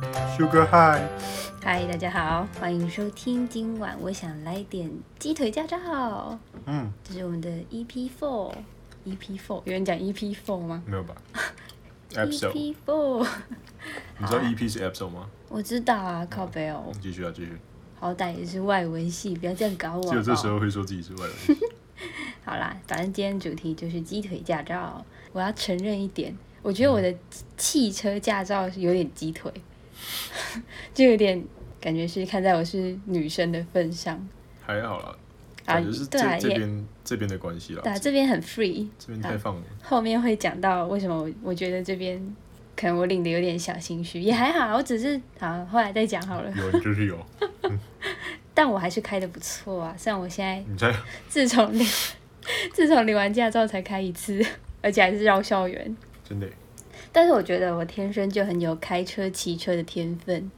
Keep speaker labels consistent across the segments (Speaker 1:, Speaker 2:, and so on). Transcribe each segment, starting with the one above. Speaker 1: 嗨，
Speaker 2: 嗨，大家好，欢迎收听。今晚我想来点鸡腿驾照，
Speaker 1: 嗯，
Speaker 2: 这是我们的 EP Four。EP Four 有人讲 EP Four 吗
Speaker 3: 没有 吧
Speaker 2: ？EP 啊
Speaker 3: ？episode，
Speaker 2: Four
Speaker 3: 你知道 EP 是 episode 吗？
Speaker 2: 我知道啊，靠北哦，
Speaker 3: 继续啊，继续。
Speaker 2: 好歹也是外文系，不要这样搞我好
Speaker 3: 只
Speaker 2: 不
Speaker 3: 有
Speaker 2: 好。
Speaker 3: 这时候会说自己是外 人。
Speaker 2: 好啦，反正今天主题就是鸡腿驾照。我要承认一点，我觉得我的汽车驾照是有点鸡腿， 就有点感觉是看在我是女生的份上
Speaker 3: 还好啦，
Speaker 2: 啊
Speaker 3: 感觉是，这
Speaker 2: 对啊，
Speaker 3: 这
Speaker 2: 也
Speaker 3: 边这边的关系啦
Speaker 2: 对，啊，这边很 free。
Speaker 3: 这边太放了。
Speaker 2: 后面会讲到为什么我我觉得这边可能我领的有点小心虚，也还好，我只是好后来再讲好了。
Speaker 3: 有，你就是有，
Speaker 2: 但我还是开的不错啊，虽然我现在
Speaker 3: 你才
Speaker 2: 自从领 自从领完驾照才开一次，而且还是绕校园。
Speaker 3: 真的
Speaker 2: 但是我觉得我天生就很有开车、骑车的天分。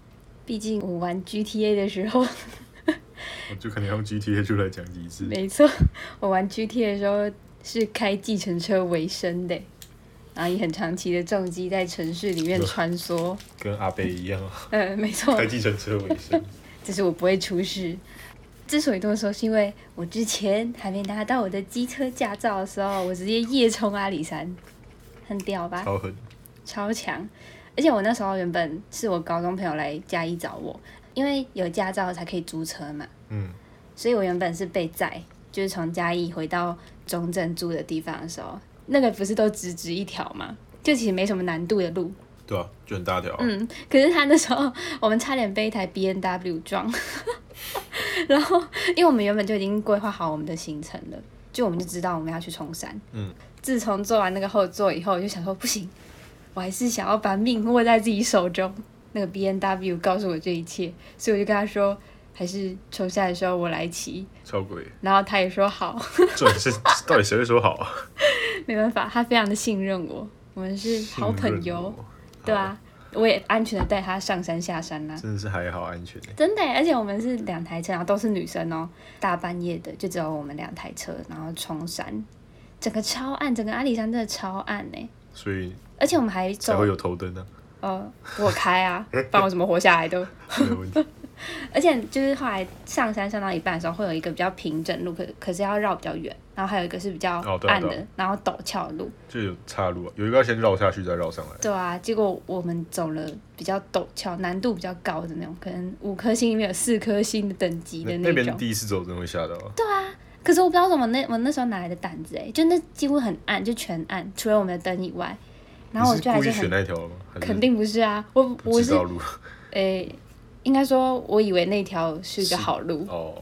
Speaker 2: 毕竟我玩 GTA 的时候，
Speaker 3: 我就可能用 GTA 出来讲几次。
Speaker 2: 没错，我玩 GTA 的时候是开计程车为生的，然后也很长期的重机在城市里面穿梭。
Speaker 3: 跟阿贝一样啊，
Speaker 2: 嗯，没错，
Speaker 3: 开计程车为生。
Speaker 2: 就是我不会出事。之所以这么说，是因为我之前还没拿到我的机车驾照的时候，我直接夜冲阿里山，很屌吧？
Speaker 3: 超狠，
Speaker 2: 超强！而且我那时候原本是我高中朋友来嘉义找我，因为有驾照才可以租车嘛，
Speaker 3: 嗯，
Speaker 2: 所以我原本是被载，就是从嘉义回到中正住的地方的时候，那个不是都直直一条嘛，就其实没什么难度的路，
Speaker 3: 对啊，就很大条啊。
Speaker 2: 嗯，可是他那时候我们差点被一台 B N W 撞， 然后因为我们原本就已经规划好我们的行程了，就我们就知道我们要去冲山。
Speaker 3: 嗯，
Speaker 2: 自从做完那个后座以后，我就想说不行，我还是想要把命握在自己手中。那个 B N W 告诉我这一切，所以我就跟他说，还是冲山的时候我来骑。
Speaker 3: 超贵。
Speaker 2: 然后他也说好，
Speaker 3: 这是到底谁会说好啊？
Speaker 2: 没办法，他非常的信任我，我们是好朋
Speaker 3: 信任
Speaker 2: 友，
Speaker 3: 我，
Speaker 2: 对啊，我也安全的带他上山下山啊啦、
Speaker 3: 真的是还好安全欸。
Speaker 2: 真的耶，而且我们是两台车，然后都是女生哦，大半夜的就只有我们两台车，然后冲山，整个超暗，整个阿里山真的超暗呢。
Speaker 3: 所以
Speaker 2: 而且我们还
Speaker 3: 才
Speaker 2: 走
Speaker 3: 会有头灯啊，
Speaker 2: 呃，我开啊，不然我怎么活下来都。
Speaker 3: 没有问题。
Speaker 2: 而且就是后来上山上到一半的时候，会有一个比较平整路，可可是要绕比较远，然后还有一个是比较
Speaker 3: 哦对啊
Speaker 2: 暗的，
Speaker 3: 对啊
Speaker 2: 然后陡峭的路。
Speaker 3: 就有岔路啊，有一个要先绕下去再绕上来。
Speaker 2: 对啊，结果我们走了比较陡峭、难度比较高的那种，可能五颗星里面有四颗星的等级的
Speaker 3: 那那
Speaker 2: 那种。
Speaker 3: 边第一次走真的会吓到啊，
Speaker 2: 可是我不知道怎么那我那时候哪来的胆子哎、就那几乎很暗，就全暗，除了我们的灯以外。然后我
Speaker 3: 你
Speaker 2: 就
Speaker 3: 故
Speaker 2: 还
Speaker 3: 意选
Speaker 2: 很
Speaker 3: 那条了吗？还是
Speaker 2: 肯定不是啊，我
Speaker 3: 不
Speaker 2: 我
Speaker 3: 知
Speaker 2: 是
Speaker 3: 道路
Speaker 2: 诶、应该说我以为那条是个
Speaker 3: 是
Speaker 2: 好路，
Speaker 3: 哦，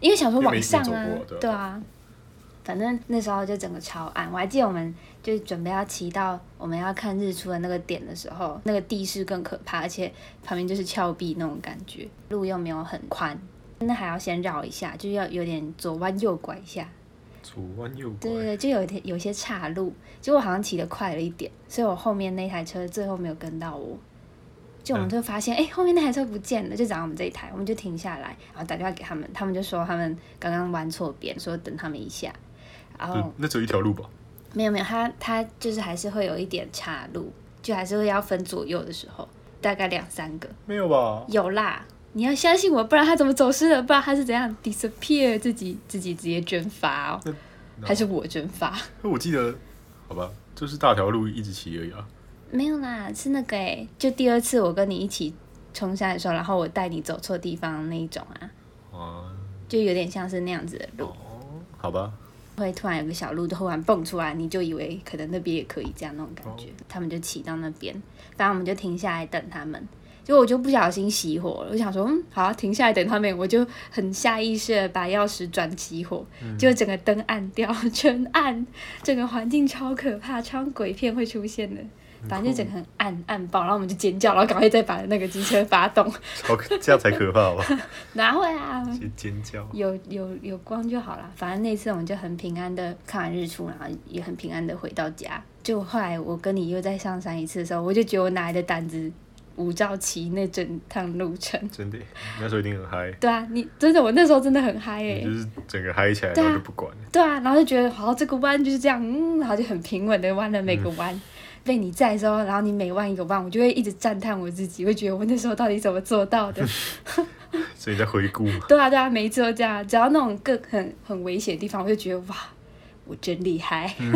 Speaker 2: 因为想说
Speaker 3: 因为
Speaker 2: 往
Speaker 3: 没
Speaker 2: 上
Speaker 3: 没走
Speaker 2: 啊
Speaker 3: 过，对啊
Speaker 2: 对啊。反正那时候就整个超暗，我还记得我们就是准备要骑到我们要看日出的那个点的时候，那个地势更可怕，而且旁边就是峭壁那种感觉，路又没有很宽，那还要先绕一下，就要有点左弯右拐一下，
Speaker 3: 左弯右
Speaker 2: 对对
Speaker 3: 拐，
Speaker 2: 对，就有一点有一些岔路，结果好像骑得快了一点，所以我后面那台车最后没有跟到我。就我们就发现，哎、后面那台车不见了，就找我们这一台，我们就停下来，然后打电话给他们，他们就说他们刚刚弯错边，说等他们一下。然后
Speaker 3: 对，那只有一条路吧？
Speaker 2: 没有没有，他他就是还是会有一点岔路，就还是会要分左右的时候，大概两三个
Speaker 3: 没有吧？
Speaker 2: 有啦。你要相信我，不然他怎么走失了？不然他是怎样 disappear 自己自己直接蒸发哦，还是我蒸发？
Speaker 3: 我记得，好吧，就是大条路一直骑而已啊。
Speaker 2: 没有啦，是那个哎、就第二次我跟你一起冲山的时候，然后我带你走错地方那一种啊，
Speaker 3: 啊，哦
Speaker 2: 就有点像是那样子的路，
Speaker 3: 好吧，
Speaker 2: 会突然有个小路突然蹦出来，你就以为可能那边也可以这样那种感觉，他们就骑到那边，反正我们就停下来等他们。结果我就不小心熄火了，我想说，嗯，好、啊，停下来等他们，我就很下意识的把钥匙转熄火，就整个灯暗掉，全暗，整个环境超可怕，超像鬼片会出现的。反正就整个很暗暗爆，然后我们就尖叫，然后赶快再把那个机车发动，
Speaker 3: 超可这样才可 怕吧？
Speaker 2: 哪会啊？
Speaker 3: 尖尖叫，
Speaker 2: 有有有光就好了。反正那次我们就很平安的看完日出，然后也很平安的回到家。就后来我跟你又再上山一次的时候，我就觉得我哪来的胆子无照骑那整趟路程？
Speaker 3: 真的，那时候一定很嗨，
Speaker 2: 对啊，你真的我那时候真的很嗨哎、
Speaker 3: 你就是整个嗨起来，
Speaker 2: 对啊
Speaker 3: 然后就不管了。
Speaker 2: 对啊，然后就觉得好，这个弯就是这样，嗯，然后就很平稳的弯了每个弯。被你载的时候，然后你每弯一个弯，我就会一直赞叹我自己，会觉得我那时候到底怎么做到的。
Speaker 3: 所以在回顾，
Speaker 2: 对啊，对啊，每一次都这样。只要那种更很很危险的地方，我就觉得哇，我真厉害，
Speaker 3: 嗯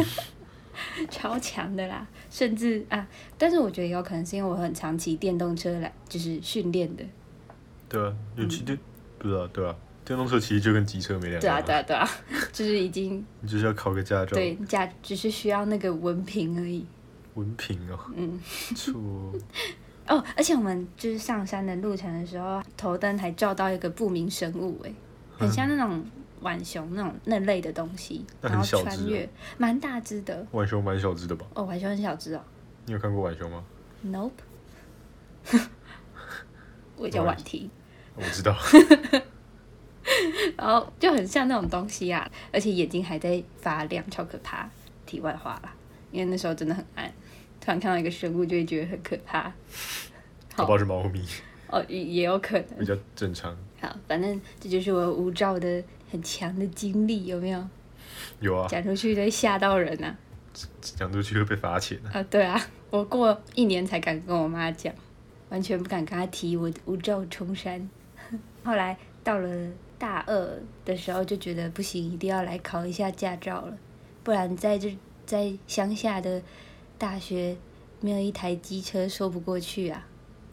Speaker 2: 超强的啦。甚至啊，但是我觉得有可能是因为我很常骑电动车来，就是训练的。
Speaker 3: 对啊，尤其对，不知道对啊，电动车其实就跟机车没两
Speaker 2: 对啊，
Speaker 3: 样，
Speaker 2: 对啊，对 啊，就是已经
Speaker 3: 你就是要考个驾照，
Speaker 2: 对驾，只是需要那个文凭而已。
Speaker 3: 文凭哦，
Speaker 2: 嗯，
Speaker 3: 错，
Speaker 2: 哦，而且我们就是上山的路程的时候，头灯还照到一个不明生物、欸，很像那种浣熊那种那类的东西，
Speaker 3: 嗯那很
Speaker 2: 然后
Speaker 3: 小只
Speaker 2: 穿
Speaker 3: 哦
Speaker 2: 越，蛮大只的。
Speaker 3: 浣熊蛮小只的吧？
Speaker 2: 哦，浣熊很小只哦。
Speaker 3: 你有看过浣熊 吗？
Speaker 2: Nope，我也叫婉婷，
Speaker 3: 我知道，
Speaker 2: 然后就很像那种东西啊，而且眼睛还在发亮，超可怕。题外话啦，因为那时候真的很暗，突然看到一个生物就会觉得很可怕。
Speaker 3: 搞不好是猫咪，
Speaker 2: 哦，也也有可能。
Speaker 3: 比较正常。
Speaker 2: 好，反正这就是我无照的很强的经历，有没有？
Speaker 3: 有啊，
Speaker 2: 讲出去都会吓到人啊呐、
Speaker 3: 讲出去会被罚钱的。
Speaker 2: 啊。对啊，我过一年才敢跟我妈讲，完全不敢跟她提我无照冲山。 后来到了大二的时候，就觉得不行，一定要来考一下驾照了，不然在这在乡下的大学没有一台机车说不过去啊。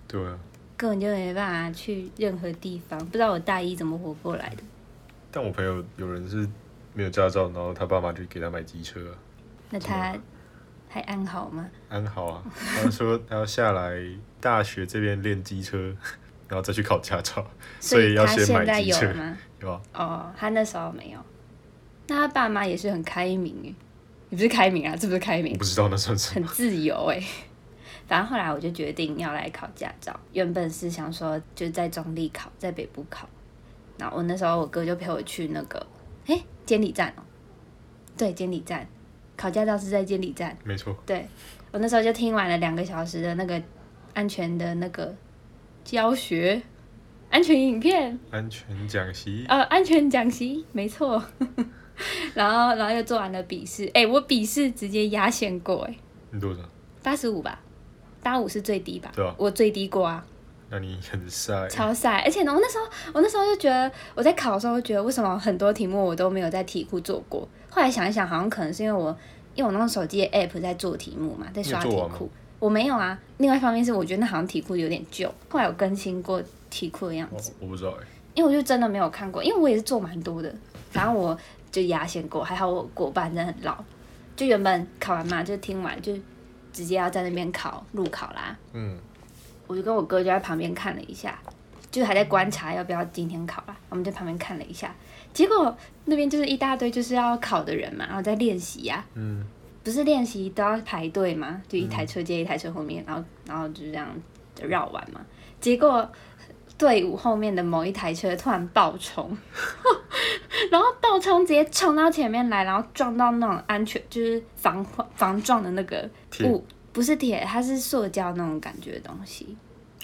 Speaker 3: 对啊，
Speaker 2: 根本就没办法去任何地方，不知道我大一怎么活过来的。
Speaker 3: 但我朋友有人是没有驾照，然后他爸妈就给他买机车啊，
Speaker 2: 那他还安好吗？
Speaker 3: 安好 啊。他说他要下来大学这边练机车， 然后再去考驾照，所以要
Speaker 2: 他
Speaker 3: 先
Speaker 2: 现在
Speaker 3: 买机
Speaker 2: 有
Speaker 3: 车，
Speaker 2: 吗？
Speaker 3: 有啊。
Speaker 2: 哦，他那时候没有。那他爸妈也是很开明诶，也不是开明啊，这不是开
Speaker 3: 我
Speaker 2: 明
Speaker 3: 不，知道那算什
Speaker 2: 很
Speaker 3: 么。
Speaker 2: 自由诶。 反正后来我就决定要来考驾照，原本是想说就在中立考，在北部考。那我那时候我哥就陪我去那个，诶，监理站哦，对，监理站，考驾照是在监理站。
Speaker 3: 没错，
Speaker 2: 对我那时候就听完了两个小时的那个安全的那个教学，安全影片，
Speaker 3: 安全讲习，
Speaker 2: 呃，安全讲习，没错。 然后，然后又做完了笔试，哎、我笔试直接压线过、哎，
Speaker 3: 你多少？
Speaker 2: 八十五吧，八五是最低吧？
Speaker 3: 对啊
Speaker 2: 我最低过啊，
Speaker 3: 那你很晒，
Speaker 2: 超晒。而且呢，我那时候，我那时候就觉得，我在考的时候就觉得，为什么很多题目我都没有在题库做过？后来想一想，好像可能是因为我，因为我用手机的 app 在做题目嘛，在刷
Speaker 3: 你有
Speaker 2: 题
Speaker 3: 做完吗
Speaker 2: 库。我没有啊。另外一方面是，我觉得那好像题库有点旧，后来有更新过题库的样
Speaker 3: 我
Speaker 2: 子。
Speaker 3: 我不知道哎、
Speaker 2: 因为我就真的没有看过，因为我也是做蛮多的，反正我就压线过，还好我过半真的很老，就原本考完嘛，就听完就直接要在那边考路考啦，
Speaker 3: 嗯，
Speaker 2: 我就跟我哥就在旁边看了一下，就还在观察要不要今天考啦，我们在旁边看了一下，结果那边就是一大堆就是要考的人嘛，然后在练习呀、
Speaker 3: 嗯，
Speaker 2: 不是练习都要排队嘛，就一台车接一台车后面，然后然后就这样绕完嘛。结果队伍后面的某一台车突然爆冲， 然后爆冲直接冲到前面来，然后撞到那种安全就是防防撞的那个
Speaker 3: 铁
Speaker 2: 物，不是铁，它是塑胶那种感觉的东西。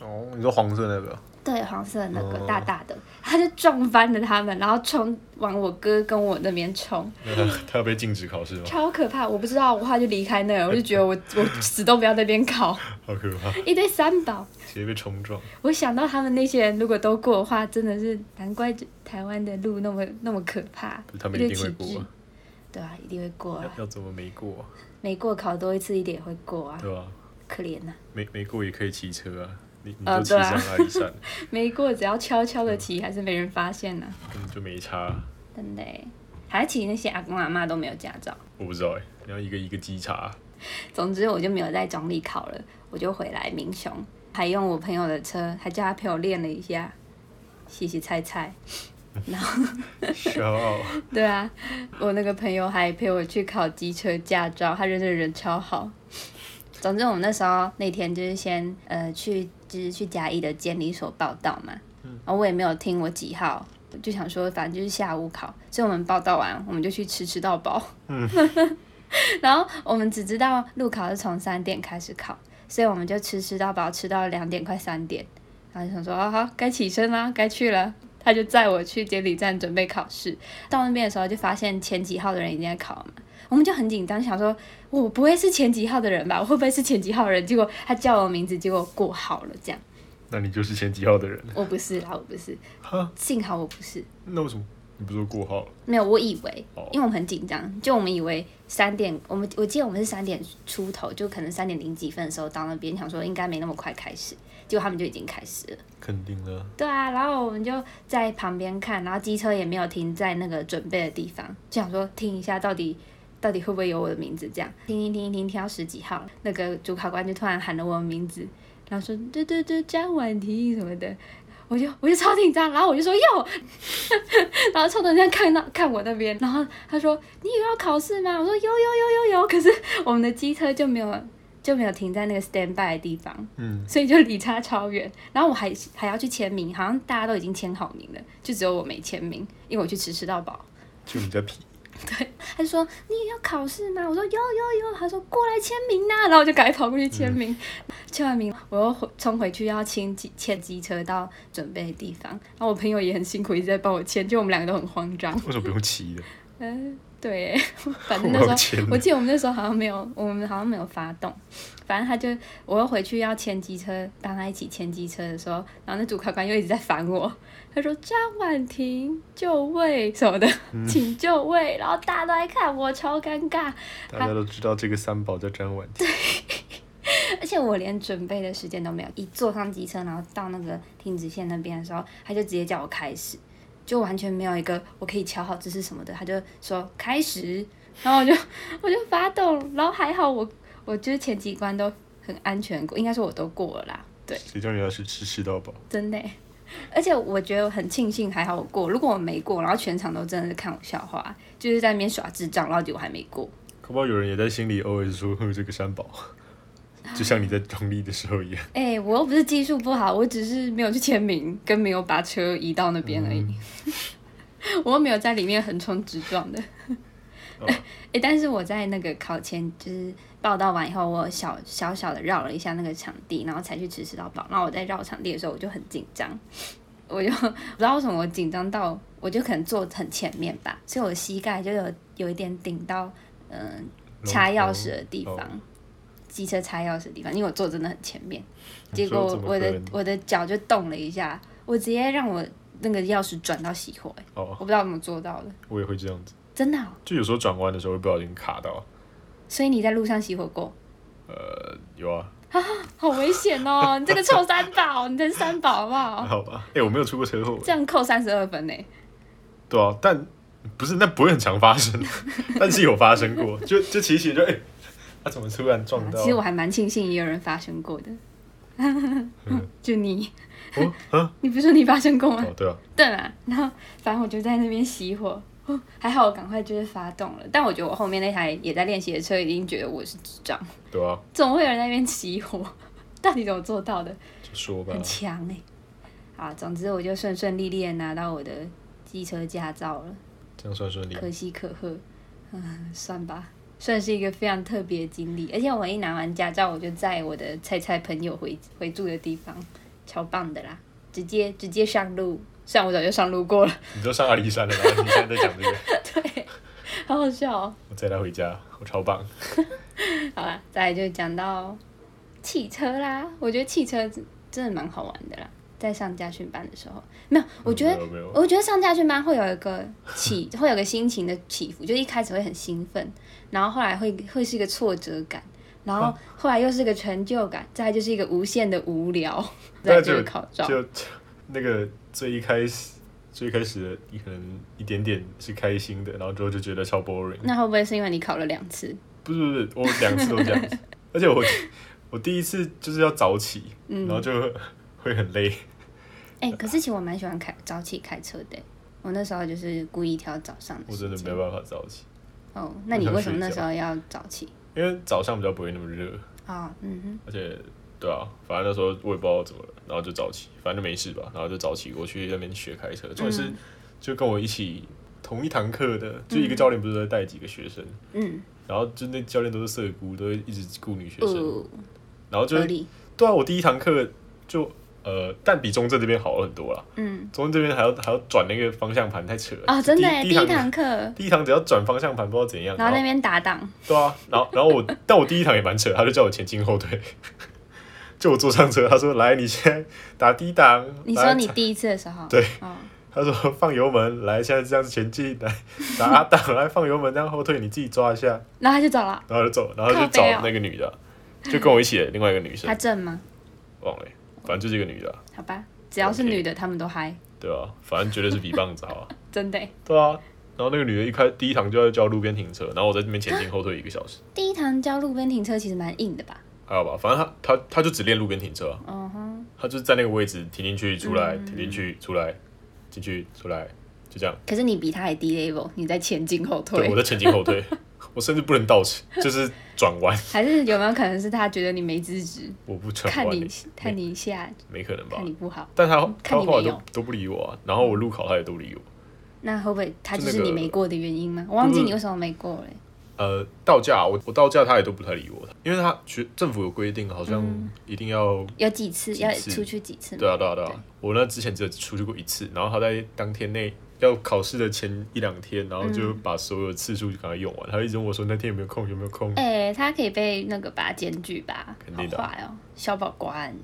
Speaker 3: 哦，你说黄色那个，
Speaker 2: 对，黄色的那个
Speaker 3: 哦
Speaker 2: 大大的，他就撞翻了他们，然后冲往我哥跟我那边冲，
Speaker 3: 那 他他要被禁止考试吗？
Speaker 2: 超可怕！我不知道，我后来就离开那儿，我就觉得我我死都不要在那边考，
Speaker 3: 好可怕，
Speaker 2: 一堆三宝。
Speaker 3: 直接被冲撞。
Speaker 2: 我想到他们那些人如果都过的话，真的是难怪这台湾的路那么那么可怕
Speaker 3: 可是，他们
Speaker 2: 堆
Speaker 3: 一定会
Speaker 2: 体
Speaker 3: 过
Speaker 2: 制
Speaker 3: 啊。
Speaker 2: 对啊，一定会过啊
Speaker 3: 要，要怎么没过啊、
Speaker 2: 没过考多一次一点也会过啊，
Speaker 3: 对吧、
Speaker 2: 可怜呐、
Speaker 3: 没没过也可以骑车啊，你你
Speaker 2: 哦
Speaker 3: 都骑
Speaker 2: 对啊
Speaker 3: 上阿里山，
Speaker 2: 没过只要悄悄
Speaker 3: 啊
Speaker 2: 的骑，还是没人发现呢、
Speaker 3: 根本就没差。
Speaker 2: 真的欸。还骑那些阿公阿妈都没有驾照。
Speaker 3: 我不知道哎、你要一个一啊个稽查，
Speaker 2: 总之我就没有在中立考了，我就回来民雄，还用我朋友的车，还叫他陪我练了一下，洗洗菜菜。
Speaker 3: 骄傲。
Speaker 2: 对啊，我那个朋友还陪我去考机车驾照，他认识人超好。总之，我们那时候那天就是先呃去就是去嘉义的监理所报道嘛，然后我也没有听我几号，我就想说反正就是下午考，所以我们报道完我们就去吃吃到饱。 然后我们只知道路考是从三点开始考，所以我们就吃吃到饱，吃到两点快三点，然后就想说啊好该起身啦，该去了。他就载我去监理站准备考试，到那边的时候就发现前几号的人已经在考了嘛，我们就很紧张，想说我不会是前几号的人吧？我会不会是前几号的人？结果他叫我名字，结果过号了，这样。
Speaker 3: 那你就是前几号的人
Speaker 2: 我不是啦，我不是，
Speaker 3: 哈？
Speaker 2: 幸好我不是，
Speaker 3: 那为什么你不是说过号了？
Speaker 2: 没有，我以为
Speaker 3: 哦，
Speaker 2: 因为我们很紧张，就我们以为三点，我们我记得我们是三点出头，就可能三点零几分的时候到那边，想说应该没那么快开始，结果他们就已经开始了。
Speaker 3: 肯定的，
Speaker 2: 对啊，然后我们就在旁边看，然后机车也没有停在那个准备的地方，就想说听一下到底到底会不会有我的名字这样，听一听一听，听到十几号，那个主考官就突然喊了我的名字，然后说对对对，张婉婷什么的。我就我就超紧张，然后我就说哟，然后超人家看到看我那边，然后他说你有要考试吗？我说有有有有有，可是我们的机车就没有就没有停在那个 stand by 的地方，
Speaker 3: 嗯，
Speaker 2: 所以就离他超远。然后我还还要去签名，好像大家都已经签好名了，就只有我没签名，因为我去吃吃到饱。
Speaker 3: 就你在皮，
Speaker 2: 他就说你也要考试吗？我说有有有。他说过来签名啊呐、然后我就赶紧跑过去签名。签完名，我又回冲回去要签机签机车到准备的地方。然后我朋友也很辛苦，一直在帮我签，就我们两个都很慌张。
Speaker 3: 为什么不用骑 的？
Speaker 2: 嗯，对 耶，反正那
Speaker 3: 我
Speaker 2: 时
Speaker 3: 要
Speaker 2: 候
Speaker 3: 签
Speaker 2: 我
Speaker 3: 的，
Speaker 2: 记得我们那时候好像没有，我们好像没有发动。反正他就，我又回去要牵机车，帮他一起牵机车的时候，然后那主考官又一直在烦我，他说张婉婷就位什么的，
Speaker 3: 嗯
Speaker 2: 请就位，然后大家都在看我，超尴尬。
Speaker 3: 大家都知道这个三宝叫詹婉婷，
Speaker 2: 而且我连准备的时间都没有，一坐上机车，然后到那个停止线那边的时候，他就直接叫我开始，就完全没有一个我可以瞧好这是什么的，他就说开始，然后我就我就发抖，然后还好我我就是前几关都很安全过，应该说我都过了啦，对，
Speaker 3: 谁叫你要是吃吃到饱？
Speaker 2: 真的耶。而且我觉得我很庆幸，还好我过。如果我没过，然后全场都真的是看我笑话，就是在那边耍智障，然后结果还没过。
Speaker 3: 可不好有人也在心里 always 说呵这个三宝，就像你在中立的时候一样。
Speaker 2: 哎、我又不是技术不好，我只是没有去签名，跟没有把车移到那边而已。 我又没有在里面横冲直撞的。
Speaker 3: 哦
Speaker 2: 哎、但是我在那个考前就是报道完以后，我小小小的绕了一下那个场地，然后才去吃吃到饱。然后我在绕场地的时候，我就很紧张，我就 不知道为什么我紧张到，我就可能坐很前面吧，所以我膝盖就有有一点顶到，嗯、插钥匙的地方
Speaker 3: 哦，哦
Speaker 2: 机车插钥匙的地方，因为我坐真的很前面，
Speaker 3: 你
Speaker 2: 结
Speaker 3: 说
Speaker 2: 果
Speaker 3: 怎么
Speaker 2: 我的
Speaker 3: 可能
Speaker 2: 我的脚就动了一下，我直接让我那个钥匙转到熄火、欸，我
Speaker 3: 哦，
Speaker 2: 不知道怎么做到的，
Speaker 3: 我也会这样子，
Speaker 2: 真的哦、
Speaker 3: 就有时候转弯的时候会不小心卡到。
Speaker 2: 所以你在路上熄火过，
Speaker 3: 呃，有啊，
Speaker 2: 好危 险哦！你这个臭三宝，你真是三宝好不
Speaker 3: 还
Speaker 2: 好？
Speaker 3: 好吧？哎、我没有出过车祸，
Speaker 2: 这样扣三十二分呢。
Speaker 3: 对啊，但不是那不会很常发生， 但是有发生过，就就骑骑就哎，他、怎么突然撞
Speaker 2: 啊
Speaker 3: 到？
Speaker 2: 其实我还蛮庆幸也有人发生过的， 就你，
Speaker 3: 嗯哦啊，
Speaker 2: 你不是说你发生过吗？
Speaker 3: 哦对啊，
Speaker 2: 对嘛，然后反正我就在那边熄火，哦，还好我赶快就是发动了，但我觉得我后面那台也在练习的车已经觉得我是智障，
Speaker 3: 对啊，
Speaker 2: 总会有人在那边熄火， 到底怎么做到的？
Speaker 3: 就说吧
Speaker 2: 很，强哎、啊，总之我就顺顺利利的拿到我的机车驾照了。
Speaker 3: 这样算顺利。
Speaker 2: 可喜可贺，嗯，算吧，算是一个非常特别的经历。而且我一拿完驾照，我就载我的菜菜朋友回回住的地方，超棒的啦，直接直接上路。虽然我早就上路过了，
Speaker 3: 你就上阿里山了，然后你现在在讲这个，
Speaker 2: 好好笑哦。
Speaker 3: 我载他回家，我超棒。
Speaker 2: 好啦，再来就讲到汽车啦，我觉得汽车真的蛮好玩的啦。在上家训班的时候，没有，我觉得
Speaker 3: 没有没有，
Speaker 2: 我觉得上家训班会有一个起， 会有个心情的起伏，就一开始会很兴奋，然后后来会会是一个挫折感，然
Speaker 3: 啊
Speaker 2: 后后来又是一个成就感，再来就是一个无限的 无聊，
Speaker 3: 那
Speaker 2: 再
Speaker 3: 就
Speaker 2: 来就是考照。
Speaker 3: 就那个最一开始。最一开始的你可能一点点是开心的，然后之后就觉得超 boring。
Speaker 2: 那会不会是因为你考了两次？
Speaker 3: 不是不是，我两次都这 样子，而且我我第一次就是要早起，
Speaker 2: 嗯
Speaker 3: 然后就会很累。
Speaker 2: 哎、可是其实我蛮喜欢开早起开车的、我那时候就是故意挑早上的
Speaker 3: 我
Speaker 2: 时
Speaker 3: 真的
Speaker 2: 间。
Speaker 3: 没有办法早起，
Speaker 2: 哦，那你为什么那时候要早起？
Speaker 3: 因为早上比较不会那么热，
Speaker 2: 哦，嗯哼，
Speaker 3: 而且对啊，反正那时候我也不知道怎么了，然后就早起，反正没事吧，然后就早起过去那边学开车，重点
Speaker 2: 嗯
Speaker 3: 是就跟我一起同一堂课的，就一个教练不是在带几个学生，
Speaker 2: 嗯，
Speaker 3: 然后就那教练都是社姑，都会一直雇女学生，
Speaker 2: 呃，
Speaker 3: 然后就
Speaker 2: 合理，
Speaker 3: 对啊，我第一堂课就呃，但比中正这边好很多啦。
Speaker 2: 嗯，
Speaker 3: 中正这边还要还要转那个方向盘，太扯了
Speaker 2: 啊、真的耶，
Speaker 3: 第
Speaker 2: 第
Speaker 3: 一堂
Speaker 2: 一
Speaker 3: 哦
Speaker 2: 堂课，
Speaker 3: 第一堂只要转方向盘，不知道怎样。
Speaker 2: 然
Speaker 3: 然
Speaker 2: 后那
Speaker 3: 后
Speaker 2: 边打档，
Speaker 3: 对啊，然后然后我，但我第一堂也蛮扯，他就叫我前进后退， 就我坐上车，他说来，你先打低档。
Speaker 2: 你
Speaker 3: 来
Speaker 2: 说你第一次的时候，
Speaker 3: 对，
Speaker 2: 哦，
Speaker 3: 他说放油门，来，现在这样子前进，来打档，来放油门，这样后退，你自己抓一下，
Speaker 2: 然后他就走了，
Speaker 3: 然后就走，然后就
Speaker 2: 靠
Speaker 3: 找
Speaker 2: 背哦
Speaker 3: 那个女的啊，就跟我一起的另外一个女生
Speaker 2: 他，正吗？
Speaker 3: 忘了欸，反正就是一个女的啊，
Speaker 2: 好吧，只要是
Speaker 3: OK
Speaker 2: 女的，他们都嗨，
Speaker 3: 对吧、反正绝对是比棒子好啊，
Speaker 2: 真的耶。
Speaker 3: 对啊。然后那个女的一开第一堂就要教路边停车，然后我在这边前进后退一个小时，
Speaker 2: 第一堂教路边停车其实蛮硬的吧？
Speaker 3: 还好吧，反正她她她就只练路边停车啊、
Speaker 2: 嗯哼，
Speaker 3: 他就是在那个位置停进去、出
Speaker 2: 嗯
Speaker 3: 来、停进去、出来、进去、出来，就这样。
Speaker 2: 可是你比他还低 level，你在前进后
Speaker 3: 对，我
Speaker 2: 退，
Speaker 3: 在前进后 退，我甚至不能倒车，就是转弯，
Speaker 2: 还是有没有可能是他觉得你没 资质，
Speaker 3: 我不转
Speaker 2: 看
Speaker 3: 弯
Speaker 2: 你
Speaker 3: 欸，
Speaker 2: 看你下，
Speaker 3: 没可能吧
Speaker 2: 看？你不好，
Speaker 3: 但他他
Speaker 2: 看你
Speaker 3: 后来
Speaker 2: 没
Speaker 3: 都
Speaker 2: 有
Speaker 3: 都不理我啊，然后我路考他也都不理我。
Speaker 2: 那会不会他
Speaker 3: 就
Speaker 2: 就
Speaker 3: 那
Speaker 2: 是你
Speaker 3: 个
Speaker 2: 没过的原因吗？我忘记
Speaker 3: 不
Speaker 2: 你
Speaker 3: 是
Speaker 2: 为什么没过了耶。
Speaker 3: 呃，到驾我我到驾他也都不太理我，因为他学政府有规定，好像
Speaker 2: 嗯
Speaker 3: 一定要、
Speaker 2: 有几次
Speaker 3: 几
Speaker 2: 要
Speaker 3: 次
Speaker 2: 出去几次吗？
Speaker 3: 对啊对啊对
Speaker 2: 对
Speaker 3: 啊。我那之前只有出去过一次，然后他在当天内。要考试的前一两天，然后
Speaker 2: 嗯
Speaker 3: 就把所有的次数就赶快用完。他一直问我说那天有没有空，有没有空？
Speaker 2: 哎、他可以被那个吧检举吧，
Speaker 3: 肯
Speaker 2: 好
Speaker 3: 定的
Speaker 2: 坏哦，消保官，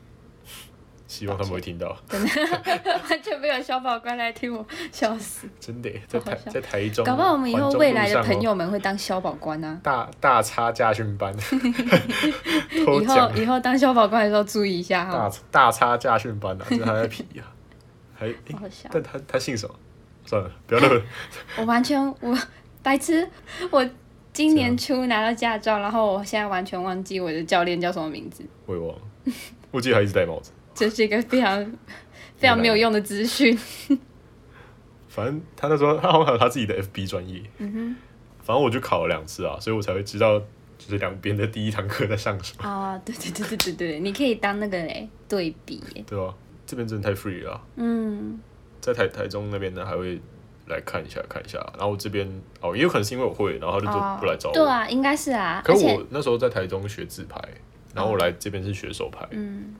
Speaker 3: 希望他们会听到。
Speaker 2: 完全没有消保官来听我，笑死！
Speaker 3: 真的耶，在
Speaker 2: 好
Speaker 3: 台
Speaker 2: 好笑
Speaker 3: 在台中，
Speaker 2: 搞不好我们以后
Speaker 3: 环中路
Speaker 2: 未来的
Speaker 3: 上哦
Speaker 2: 朋友们会当消保官啊，
Speaker 3: 大大差驾训 班， 偷
Speaker 2: 以后
Speaker 3: 讲啊
Speaker 2: 以后当消保官的时候注意一下
Speaker 3: 大
Speaker 2: 哈，
Speaker 3: 大差驾训 班啊，就是他在皮啊，还诶
Speaker 2: 好笑，
Speaker 3: 但他他姓什么？算了，不要 那么
Speaker 2: 我完全我白痴，我今年
Speaker 3: 怎样
Speaker 2: 初拿到驾照，然后我现在完全忘记我的教练叫什么名字，
Speaker 3: 我也忘了，我记得他一直戴帽子，
Speaker 2: 这是一个非常非常没有用的资讯，
Speaker 3: 反正他那时候他好像还有他自己的 FB 专业，嗯哼，反正我就考了两次啊，所以我才会知道就是两边的第一堂课在上什么，
Speaker 2: 啊，对对对对对对，你可以当那个嘞对比耶，
Speaker 3: 对吧？这边真的太 free 了啊、
Speaker 2: 嗯。
Speaker 3: 在台台中那边呢还会来看一下看一下，然后我这边哦也有可能是因为我会，然后他就
Speaker 2: 哦
Speaker 3: 不不来找我，
Speaker 2: 对啊，应该是啊。
Speaker 3: 可
Speaker 2: 而
Speaker 3: 是
Speaker 2: 且
Speaker 3: 我那时候在台中学自拍，然后我来这边是学手拍，
Speaker 2: 嗯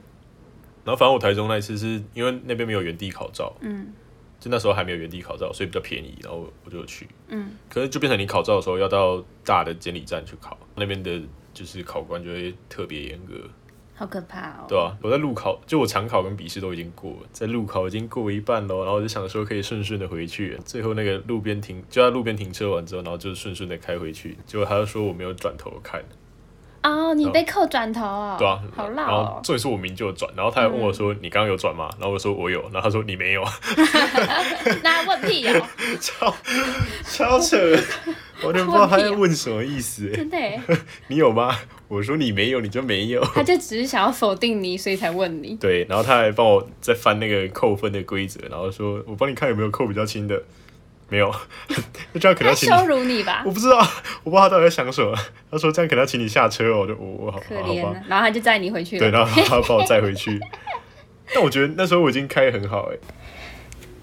Speaker 3: 然后反正我台中那一次是因为那边没有原地考照，
Speaker 2: 嗯
Speaker 3: 就那时候还没有原地考照，所以比较便宜，然后我就有去。
Speaker 2: 嗯，
Speaker 3: 可是就变成你考照的时候要到大的监理站去考，那边的就是考官就会特别严格，
Speaker 2: 好可怕哦。
Speaker 3: 对吧、我在路考，就我常考跟笔试都已经过了，在路考已经过一半喽，然后我就想说可以顺顺的回去，最后那个路边停就在路边停车完之后，然后就顺顺的开回去，结果他就说我没有转头看。
Speaker 2: 哦，你被扣转头哦。
Speaker 3: 对啊，
Speaker 2: 好
Speaker 3: 然
Speaker 2: 辣
Speaker 3: 后
Speaker 2: 哦。
Speaker 3: 这也是我明就有转，然后他还问我说：“你刚刚有转吗？”然后我说：“我有。”然后他说：“你没有。
Speaker 2: 那问屁哦，”
Speaker 3: 超扯，完全不知道他在问什么意思、欸
Speaker 2: 真的耶，
Speaker 3: 你有吗？我说你没有，你就没有。
Speaker 2: 他就只是想要否定你，所以才问你。
Speaker 3: 对，然后他还帮我再翻那个扣分的规则，然后说：“我帮你看有没有扣比较轻的。”没有， 那这样可能
Speaker 2: 他
Speaker 3: 要请
Speaker 2: 羞
Speaker 3: 你。
Speaker 2: 辱你吧
Speaker 3: 我，不知道， 我不知道他到底在想什么。他说这样可能要请你下车哦，我就我我好
Speaker 2: 可
Speaker 3: 好好
Speaker 2: 怜
Speaker 3: 吧
Speaker 2: 啊。。然后他就载你回去
Speaker 3: 对，
Speaker 2: 了。
Speaker 3: 然后他把我载回去。 但我觉得那时候我已经开得很好哎、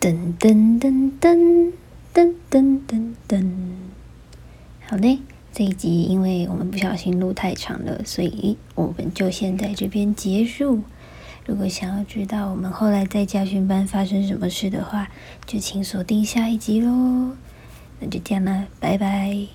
Speaker 2: 噔噔噔噔噔噔噔噔。好嘞，这一集因为我们不小心录太长了，所以我们就先在这边结束。如果想要知道我们后来在家训班发生什么事的话，就请锁定下一集喽。那就这样啦，拜拜。